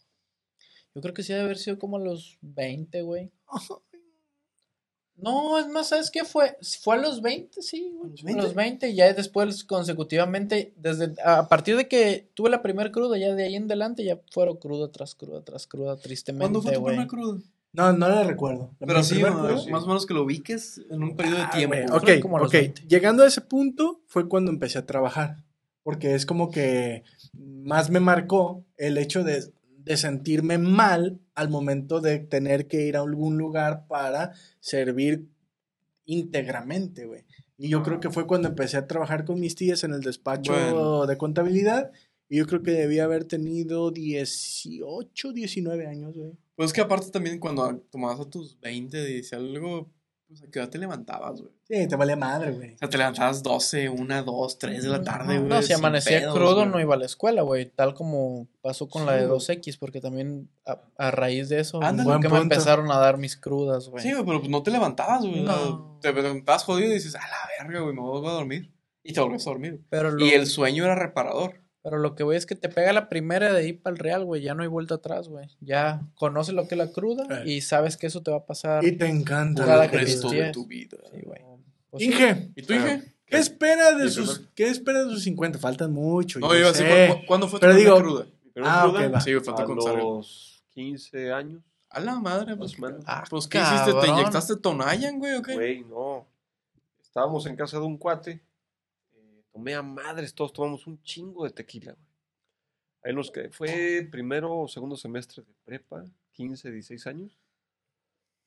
C: Yo creo que sí debe haber sido como a los 20, güey. No, es más, ¿sabes qué fue? Fue a los 20, sí, güey.
B: ¿A los
C: A los 20, ya después consecutivamente, desde a partir de que tuve la primer cruda, ya de ahí en adelante ya fueron cruda tras cruda tras cruda, tristemente,
B: ¿Cuándo fue tu
C: güey.
B: primer cruda?
A: No, no la recuerdo. La
B: Pero
A: mi
B: sí,
A: primer
B: ma-
A: cruda-
B: más, o menos que lo ubiques en un periodo de
A: Ah,
B: tiempo.
A: güey,
B: güey.
A: Ok,
C: Creo que como a los
A: ok.
C: 20.
A: Llegando a ese punto fue cuando empecé a trabajar. Porque es como que más me marcó el hecho de, de sentirme mal al momento de tener que ir a algún lugar para servir íntegramente, güey. Y yo creo que fue cuando empecé a trabajar con mis tías en el despacho
B: Bueno.
A: de contabilidad. Y yo creo que debía haber tenido 18, 19 años, güey.
B: Pues es que aparte también cuando tomabas a tus 20, dice algo, pues a qué hora te levantabas, güey. O
A: Sí, te valía madre, güey.
B: sea, te levantabas 12, 1, 2, 3 de la tarde, güey.
C: No, si
B: sin
C: amanecía
B: pedos,
C: crudo
B: güey.
C: no iba a la escuela, güey. Tal como pasó con la
B: Sí,
C: de
B: güey.
C: 2X, porque también a, a raíz de eso
B: Ándale.
C: fue
A: Buen
C: que me
A: punto.
C: empezaron a dar mis crudas, güey.
B: Sí, güey, pero pues no te levantabas, güey. o sea,
C: No.
B: Te levantabas jodido y dices, a la verga, güey, me voy a dormir. Y te volvías a dormir.
C: pero, lo,
B: Y el sueño era reparador.
C: pero lo que voy es que te pega la primera de ir para el real, güey. Ya no hay vuelta atrás, güey. Ya conoces lo que es la cruda
A: Eh.
C: y sabes que eso te va a pasar.
A: Y te encanta.
C: Cada
B: el
C: que
B: resto de
C: existías.
B: tu vida.
C: Sí, güey. Pues sí.
A: Inge,
B: ¿Y tú, Inge?
A: ¿Qué espera
D: Y
A: de
D: el
A: sus
D: primer-
A: ¿Qué espera de sus 50? Faltan mucho.
B: No,
A: yo
B: yo así,
A: sé.
B: ¿cu- ¿cuándo fue tu
A: Pero
B: primera
A: digo-
B: cruda?
D: Pero
A: Ah, ok, va.
B: Sí, güey, fue
D: a
B: cuando salió.
D: los 15 años,
B: A la madre, pues,
D: más o menos.
C: Ah,
B: pues ¿qué hiciste? ¿Te
C: cabrón.
B: inyectaste Tonayan, güey, o qué?
D: Güey, no. Estábamos en casa de un cuate. eh, tomé a madres, todos tomamos un chingo de tequila, güey. Ahí nos que fue primero o segundo semestre de prepa, 15, 16 años.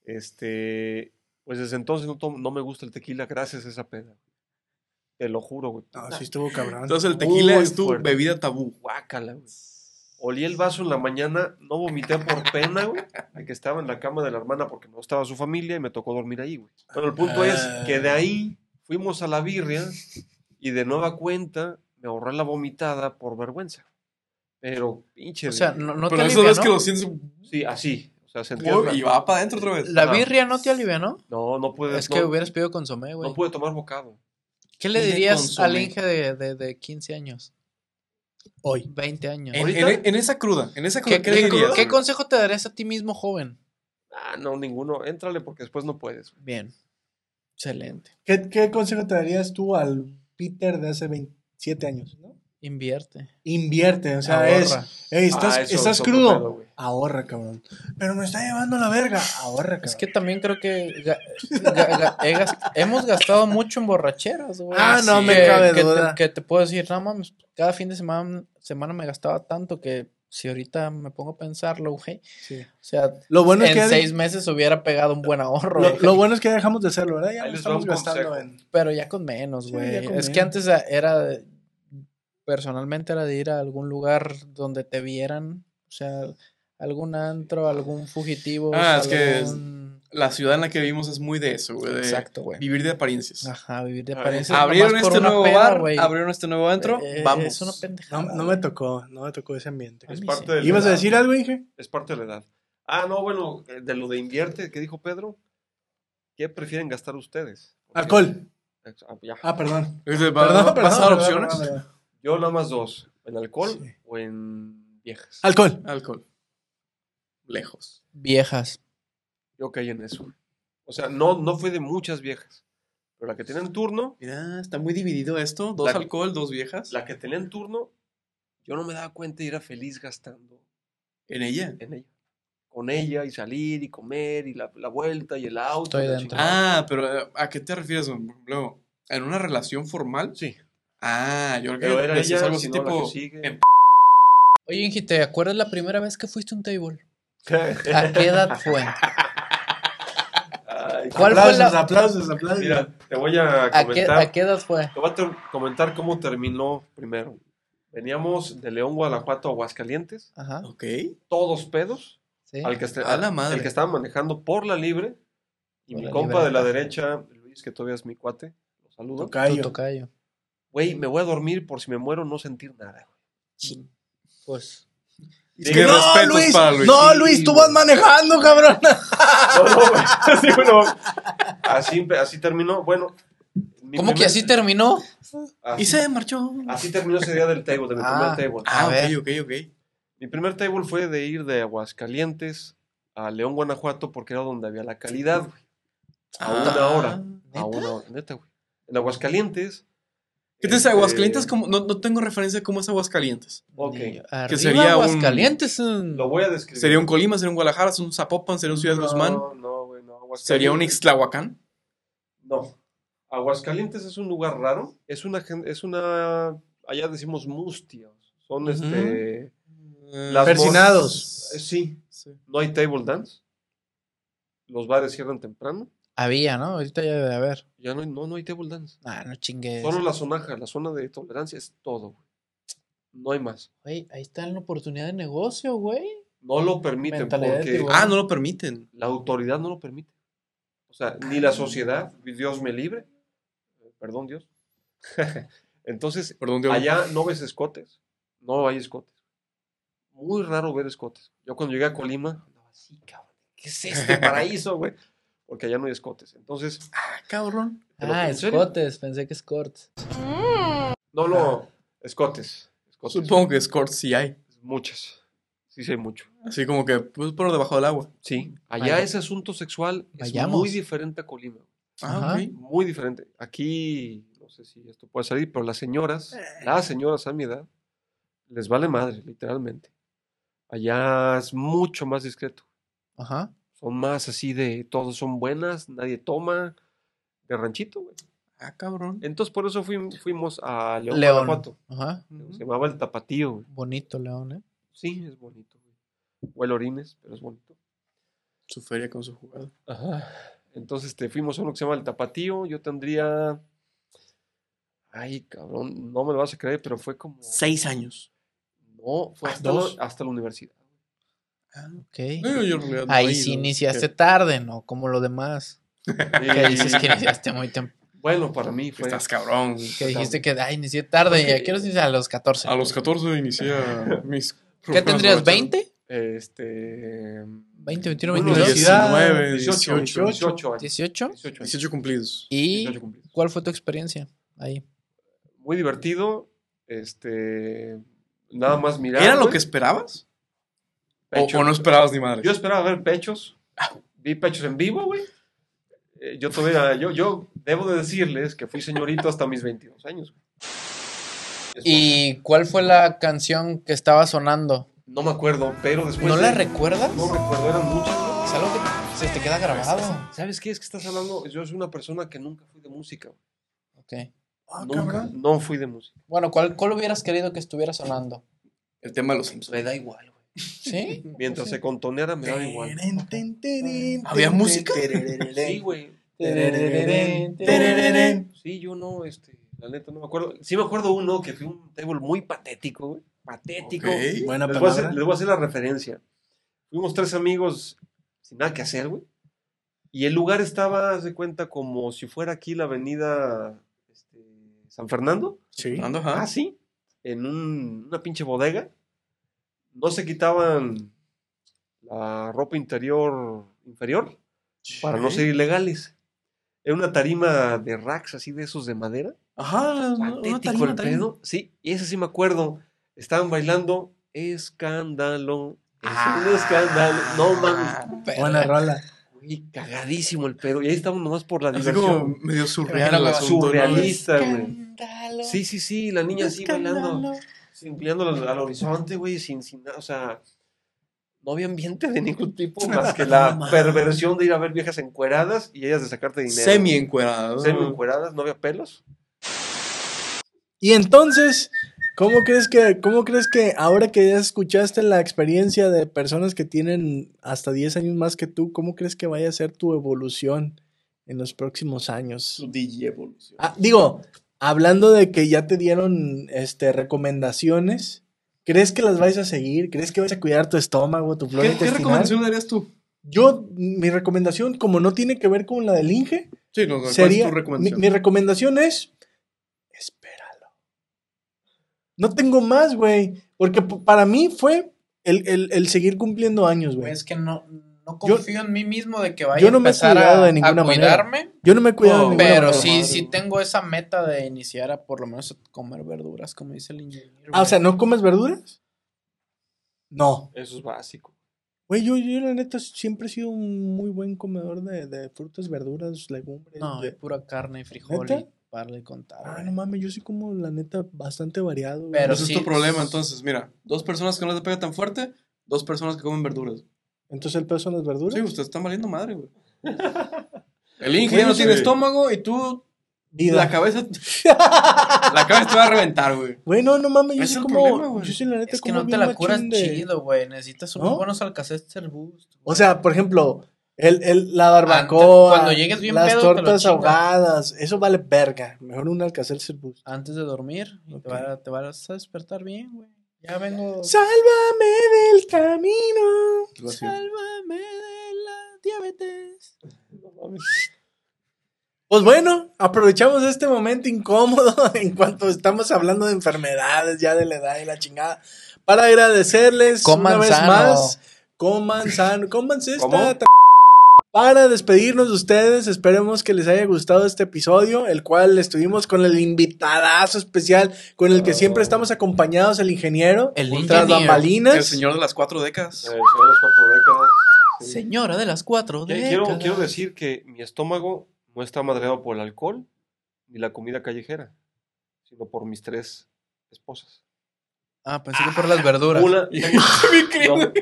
D: Este, pues desde entonces no, tomo- no me gusta el tequila gracias a esa peda. Te lo juro, güey.
A: No, sí estuvo cabrón.
B: Entonces el tequila
D: Muy
B: es tu
D: fuerte.
B: bebida tabú.
D: Guácala, güey. Olí el vaso en la mañana, no vomité por pena, güey, de que estaba en la cama de la hermana porque no estaba su familia y me tocó dormir ahí, güey. Pero el punto es que de ahí fuimos a la birria y de nueva cuenta me ahorré la vomitada por vergüenza. Pero, pinche.
C: O sea, no, no
B: Pero
C: te
B: eso
C: alivia,
B: es
C: ¿no?
B: que lo sientes
D: Sí, así. O sea, sentía.
B: ¡pum!
D: la-
B: y va para adentro otra vez.
C: La
D: Ajá.
C: birria no te alivia, ¿no?
D: No, no
B: Pues
D: pude.
C: Es
D: no,
C: que hubieras pedido consomé, güey.
D: no pude tomar bocado.
C: ¿Qué le
B: Ni de
C: dirías
B: consomé.
C: al Inge de, de, de 15 años?
A: Hoy.
C: 20 años.
B: En,
D: ¿Ahorita?
B: en- en esa cruda,
A: (laughs)
B: en esa cruda,
C: ¿Qué,
B: ¿qué,
C: qué-
B: le dirías?
C: qué consejo te darías a ti mismo, joven?
D: Ah, no, ninguno. Éntrale porque después no puedes. güey.
C: Bien. Excelente.
A: ¿Qué, qué consejo te darías tú al Peter de hace 27 años? ¿no?
C: Invierte.
A: Invierte, o sea,
C: Ahorra.
A: es. "Ey, estás
D: Ah, eso-
A: estás
D: eso
A: crudo.
D: pedo, güey.
A: Ahorra, cabrón. Pero me está llevando la verga. Ahorra, cabrón.
C: Es que también creo que ga- ga- ga- he gas- hemos gastado mucho en borracheras, güey.
A: Ah, no
C: Que-
A: me cabe
C: que te-
A: duda.
C: Que, te puedo decir, no mames, cada fin de semana, semana me gastaba tanto que si ahorita me pongo a pensarlo, güey.
A: Sí.
C: O sea,
A: Lo bueno es
C: en
A: que ya-
C: seis ¿eh? meses hubiera pegado un buen ahorro.
A: lo,
C: güey.
A: lo bueno es que ya dejamos de hacerlo, ¿verdad? Ya
D: Ahí
A: no
D: les va
A: estamos
D: un
A: gastando
D: consejo.
A: en.
C: Pero ya con menos,
A: Sí,
C: güey.
A: ya con
C: es
A: menos.
C: que antes a- era. de- Personalmente era de ir a algún lugar donde te vieran. O sea, algún antro, algún fugitivo.
B: Ah, es que es-
C: algún-
B: La ciudad en la que vivimos es muy de eso, güey. de
C: Exacto, güey.
B: Vivir de apariencias.
C: Ajá, vivir de
D: Ah,
C: apariencias. nomás
B: Abrieron
C: por
B: este
C: una
B: nuevo
C: peda,
B: bar,
C: güey.
B: abrieron este nuevo antro,
C: Eh,
B: vamos.
C: Es una pendejada.
A: No, no me tocó, no me tocó ese ambiente.
C: A
D: Es
C: mí
D: parte
C: sí.
D: de la
A: ¿Ibas a
D: edad,
A: decir algo, Inge?
D: Es parte de la edad. Ah, no, bueno, eh, de lo de invierte que dijo Pedro, ¿qué prefieren gastar ustedes? Porque-
A: Alcohol.
D: Ex- ah, ya.
A: Ah, perdón.
B: Dice, Este, ¿va-
A: Perdón, perdón.
B: ¿Vas a dar
A: perdón,
B: opciones?
A: perdón, perdón.
D: Yo nada más dos, en alcohol
A: Sí.
D: o en viejas.
A: Alcohol.
B: Alcohol. Lejos.
C: Viejas.
D: Yo caí en eso. O sea, no, no fui de muchas viejas, pero la que tenía en turno,
B: Mira, está muy dividido esto. Dos
D: La-
B: alcohol, dos viejas.
D: la que tenía en turno, yo no me daba cuenta y era feliz gastando
B: En ella.
D: en ella. Con ella y salir y comer y la, la vuelta y el auto.
C: Estoy
D: y la
C: dentro.
D: chingada.
B: Ah, pero eh, ¿a qué te refieres? Por ejemplo, ¿en una relación formal?
D: Sí.
B: Ah, yo creo que
D: Pero era
B: decías
D: ella,
B: algo así
D: sino la que
B: tipo...
D: sigue.
B: em-
C: Oye, Ingi, ¿te acuerdas la primera vez que fuiste a un table? ¿A qué edad
A: (laughs)
C: fue?
D: (laughs) Ay,
C: ¿Cuál fue
A: aplausos,
C: la-
A: aplausos, aplausos.
D: Mira, te voy a
C: ¿A qué,
D: comentar.
C: a qué edad fue?
D: Te voy a ter- comentar cómo terminó primero. Veníamos de León, Guanajuato, a Aguascalientes,
C: Ajá.
B: Ok.
D: todos pedos.
C: Sí.
D: Al que, este-
B: A la madre.
D: el que estaba manejando por la libre. Y
C: Por
D: mi
C: la
D: compa
C: libre.
D: de la derecha, Luis, que todavía es mi cuate, lo saludo.
C: Tu
A: Tocayo.
C: tocayo.
D: Güey, me voy a dormir por si me muero no sentir nada.
C: Pues.
B: Sí, que respetos para Ah, Luis.
A: No,
D: Sí,
A: Luis, tú
D: güey.
A: vas manejando, cabrón.
D: No, no, güey. (laughs) Sí, bueno, así, empe- así terminó. Bueno. mi
C: ¿Cómo que
D: primer-
C: así terminó?
D: así-
B: Y se marchó.
D: así terminó ese día del table, de mi
C: Ah.
D: primer table.
B: Ah,
C: A
B: ok,
C: ver.
B: ok, ok.
D: Mi primer table fue de ir de Aguascalientes a León, Guanajuato, porque era donde había la calidad, güey. A
B: Ah.
D: una hora.
C: ¿Neta?
D: A una hora, neta, güey. En Aguascalientes.
B: ¿Qué te dice
D: este,
B: Aguascalientes? como- No, no tengo referencia de cómo es Aguascalientes.
D: Ok.
C: Ni- Arriba
B: sería un-
C: Aguascalientes. mm, un-
D: Lo voy a describir.
B: ¿Sería un Colima? ¿Sería un Guadalajara? ¿Sería un Zapopan? ¿Sería un Ciudad
D: No,
B: Guzmán?
D: No, güey, no. Aguascalientes.
B: ¿Sería un Ixtlahuacán?
D: No. Aguascalientes es un lugar raro. Es una. gen- Es una allá decimos mustios. Son
B: Ujú.
D: este.
B: Eh,
D: Las
A: Persinados.
D: eh, Sí.
B: Sí.
D: No hay table dance. Los bares cierran temprano.
C: Había, ¿no? Ahorita ya debe de haber.
D: Ya no hay, no, no hay table dance.
C: Ah, no chingues.
D: Solo la zonaja, la zona de tolerancia es todo, güey. No hay más.
C: Güey, ahí está la oportunidad de negocio, güey.
D: No lo permiten
C: Mentalidad de
D: porque
C: tiburón.
B: Ah, no lo permiten.
D: la autoridad no lo permite. O sea, ni la sociedad, Dios me libre. Eh, Perdón, Dios. (laughs) Entonces,
B: Perdón, Diego.
D: allá no ves escotes. No hay escotes. Muy raro ver escotes. Yo cuando llegué a Colima, (laughs) andaba así, cabrón. ¿Qué es (laughs) este paraíso, güey? Porque allá no hay escotes. Entonces,
B: Cabrón.
D: Pero,
C: ah,
D: ¿en serio?
C: escotes. Pensé que escorts.
D: no lo. Escotes. escotes.
B: Supongo que Scorts sí hay.
D: Muchas. Sí, sí, hay mucho.
B: Así como que, pues, pero debajo del agua.
D: Sí, allá
C: Vaya-
D: ese asunto sexual es
C: vayamos.
D: muy diferente a Colima.
B: Ah,
C: Ajá.
B: ok.
D: Muy diferente. Aquí, no sé si esto puede salir, pero las señoras, las señoras a mi edad, les vale madre, literalmente. Allá es mucho más discreto.
C: Ajá.
D: Son más así de todos son buenas, nadie toma, de ranchito, güey.
B: Ah, cabrón.
D: Entonces por eso fuim- fuimos a León,
C: León.
D: Guanajuato.
C: Ajá.
B: Mm.
D: Se llamaba el Tapatío, güey.
C: Bonito, León, ¿eh?
D: Sí, es bonito, güey. Huele a orines, pero es bonito.
B: Su feria con su jugada.
D: Ajá. Entonces este, fuimos a uno que se llama El Tapatío. Yo tendría. Ay, cabrón, no me lo vas a creer, pero fue como.
E: Seis años.
D: No, fue
B: Ah,
D: hasta, la-
B: dos.
D: hasta
B: (laughs)
D: la universidad.
C: Ok.
B: No, yo en realidad no he
C: Ahí
B: ido,
C: sí
B: así
C: iniciaste
B: que-
C: tarde, ¿no? Como lo demás. Que
D: Y-
C: dices que iniciaste muy temprano.
D: Eh, Bueno, para mí fue.
B: Estás cabrón. güey.
C: Que dijiste que, ay, inicié tarde. Ya quiero iniciar a los 14.
B: A los 14 inicié mis...
C: ¿Qué
B: problemas
C: tendrías?
B: borrachos.
C: ¿20?
D: Este.
C: 20, 21,
D: uno
C: 22.
B: 19,
D: 18,
B: 18,
D: 18
C: 18.
D: años. 18 años.
B: 18 cumplidos.
C: ¿Y
D: 18 cumplidos.
C: cuál fue tu experiencia ahí?
D: Muy divertido. Este. Nada más mirar.
B: ¿Era lo
D: güey,
B: que esperabas? O,
D: pecho.
B: o no esperabas ni madre?
D: Yo esperaba ver pechos. Vi pechos en vivo, güey. Eh, Yo todavía, yo, yo debo de decirles que fui señorito hasta mis 22 años. güey. Después-
C: ¿Y cuál fue la canción que estaba sonando? Pues
D: No me acuerdo, pero después.
C: ¿No la
D: de-
C: recuerdas?
D: No recuerdo, eran muchas. güey.
C: Es algo que se te queda grabado.
D: ¿Sabes qué? Es que estás hablando. Yo soy una persona que nunca fui de música. güey.
C: Ok. Ah,
A: Ah,
D: nunca, no fui de música.
C: Bueno, ¿cuál, ¿cuál hubieras querido que estuviera sonando?
B: El tema de los Simpsons.
E: da igual, güey.
C: pues ¿Sí? (laughs)
D: Mientras se contoneara, me daba igual.
B: Ah, ¿Había música?
D: Sí, güey. Sí, yo no, este. La neta, no me acuerdo. Sí, me acuerdo uno que fue un table muy patético, güey. Patético.
B: Ok.
A: Buena
D: Les voy, a hacer,
A: palabra.
D: les voy a hacer la referencia. Fuimos tres amigos sin nada que hacer, güey. Y el lugar estaba, haz de cuenta, como si fuera aquí la avenida este, San Fernando.
A: Sí.
B: Ando, ajá.
D: Ah, sí. En un- una pinche bodega. No se quitaban la ropa interior inferior para no ser ilegales. Era una tarima de racks así de esos de madera.
B: Ajá, una- una
D: Patético
B: tarima,
D: el
B: tarima.
D: pedo. Sí, ese sí me acuerdo. Estaban bailando Escándalo. Es un escándalo. No mames.
A: Buena rola.
D: Güey, cagadísimo el pedo. Y ahí estábamos nomás por la
B: Así
D: diversión.
B: como medio surreal.
D: Era
B: el asunto, ¿no?
D: surrealista, güey. Sí, sí, sí. La niña así bailando. Empleando al, al horizonte, güey, sin, sin nada. O sea, no había ambiente de ningún tipo más que la perversión de ir a ver viejas encueradas y ellas de sacarte dinero.
B: Semi encuerado.
D: Semi encueradas, no había pelos.
A: Y entonces, ¿cómo crees que, cómo crees que ahora que ya escuchaste la experiencia de personas que tienen hasta 10 años más que tú, cómo crees que vaya a ser tu evolución en los próximos años?
B: Su DJ evolución.
A: Ah, digo, hablando de que ya te dieron este recomendaciones, ¿crees que las vais a seguir? ¿Crees que vais a cuidar tu estómago, tu flora
B: ¿Qué, qué
A: intestinal?
B: recomendación darías tú?
A: Yo, mi recomendación, como no tiene que ver con la del Inge,
B: Sí, no, ¿cuál
A: sería.
B: es tu
A: mi,
B: recomendación?
A: mi recomendación es. Espéralo. No tengo más, güey. Porque p- para mí fue el, el- el seguir cumpliendo años, güey.
C: Es que no, no
A: Yo-
C: confío en mí mismo de que vaya
A: yo no me he
C: a empezar
A: cuidado
C: a,
A: de ninguna
C: a
A: manera.
C: cuidarme.
A: Yo no me he cuidado
B: No,
A: de ninguna
C: Pero
A: manera.
C: sí,
B: madre,
C: sí
B: güey.
C: tengo esa meta de iniciar a por lo menos a comer verduras, como dice el ingeniero.
A: Ah, o sea, ¿no comes verduras? No.
D: Eso es básico.
A: Güey, yo, yo la neta siempre he sido un muy buen comedor de, de frutas, verduras, legumbres.
C: no,
A: de-
C: es pura carne y frijol
A: ¿Neta?
C: y para de contar.
A: Ah,
C: güey.
A: no mames, yo sí como la neta bastante variado. güey.
C: Pero
B: Ese
C: sí.
B: es tu problema, entonces, mira. Dos personas que no les pega tan fuerte, dos personas que comen verduras.
A: Entonces el peso son las verduras.
B: Sí, ustedes están valiendo madre, (laughs) güey. El Inge ya no tiene estómago y tú
A: Vida.
B: la cabeza... (laughs) la cabeza te va a reventar, güey.
A: Güey, no, no mames, yo
B: Es
A: sí
B: el
A: como.
B: problema, güey.
A: yo sí, la neta,
C: Es que
A: como
C: no te
A: bien
C: la curas
A: machín de-
C: chido, güey. Necesitas unos
A: ¿No?
C: buenos alcacelcer boost.
A: O sea, por ejemplo, el, el- la barbacoa,
C: Antes, cuando llegues bien
A: las
C: pedo, te lo
A: tortas
C: chingas.
A: ahogadas, eso vale verga. Mejor un alcacer bus.
C: Antes de dormir, y te,
A: Ok.
C: va- te vas a despertar bien, güey. Ya vengo.
A: Sálvame del camino.
C: Sálvame de la diabetes.
A: Pues bueno, aprovechamos este momento incómodo (laughs) en cuanto estamos hablando de enfermedades ya de la edad y la chingada para agradecerles
C: Coman
A: una vez
C: sano.
A: más. Coman sano, cómanse esta
D: ¿Cómo?
A: ta- (laughs) Para despedirnos de ustedes, esperemos que les haya gustado este episodio, el cual estuvimos con el invitadazo especial, con el que siempre estamos acompañados, el ingeniero,
C: El
A: tras
C: ingeniero.
A: bambalinas.
B: El señor de las cuatro décadas.
D: Eh, son las cuatro décadas. Sí.
C: Señora de las cuatro
D: Qui-
C: décadas.
D: Quiero, quiero decir que mi estómago no está madreado por el alcohol ni la comida callejera, sino por mis tres esposas.
C: Ah, pensé que por las verduras.
D: Una, no,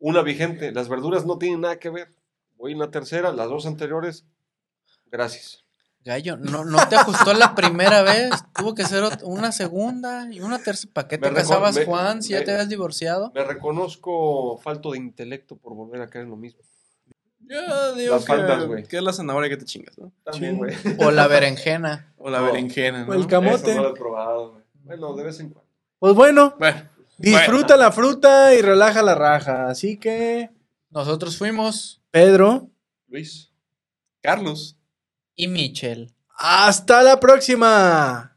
D: una vigente. Las verduras no tienen nada que ver. Voy en la tercera, las dos anteriores. Gracias.
C: Gallo, no, no te ajustó la primera vez. Tuvo que ser ot- una segunda y una tercera. ¿Para qué
D: Me
C: te
D: reco-
C: casabas,
D: me-
C: Juan, si ya
D: me-
C: te habías divorciado?
D: Me reconozco falto de intelecto por volver a caer en lo mismo.
B: Yo digo
D: Las
B: que,
D: faltas, güey.
B: que es la zanahoria que te chingas, ¿no?
D: También, güey.
C: O la berenjena.
B: O la
D: No.
B: berenjena, ¿no? Eh,
A: El camote.
D: Eso no lo he probado, güey. Bueno, de vez en cuando.
A: Pues bueno,
B: Bueno,
A: disfruta la fruta y relaja la raja. Así que,
C: Nosotros fuimos.
A: Pedro,
B: Luis. Carlos.
C: Y Michelle.
A: hasta la próxima.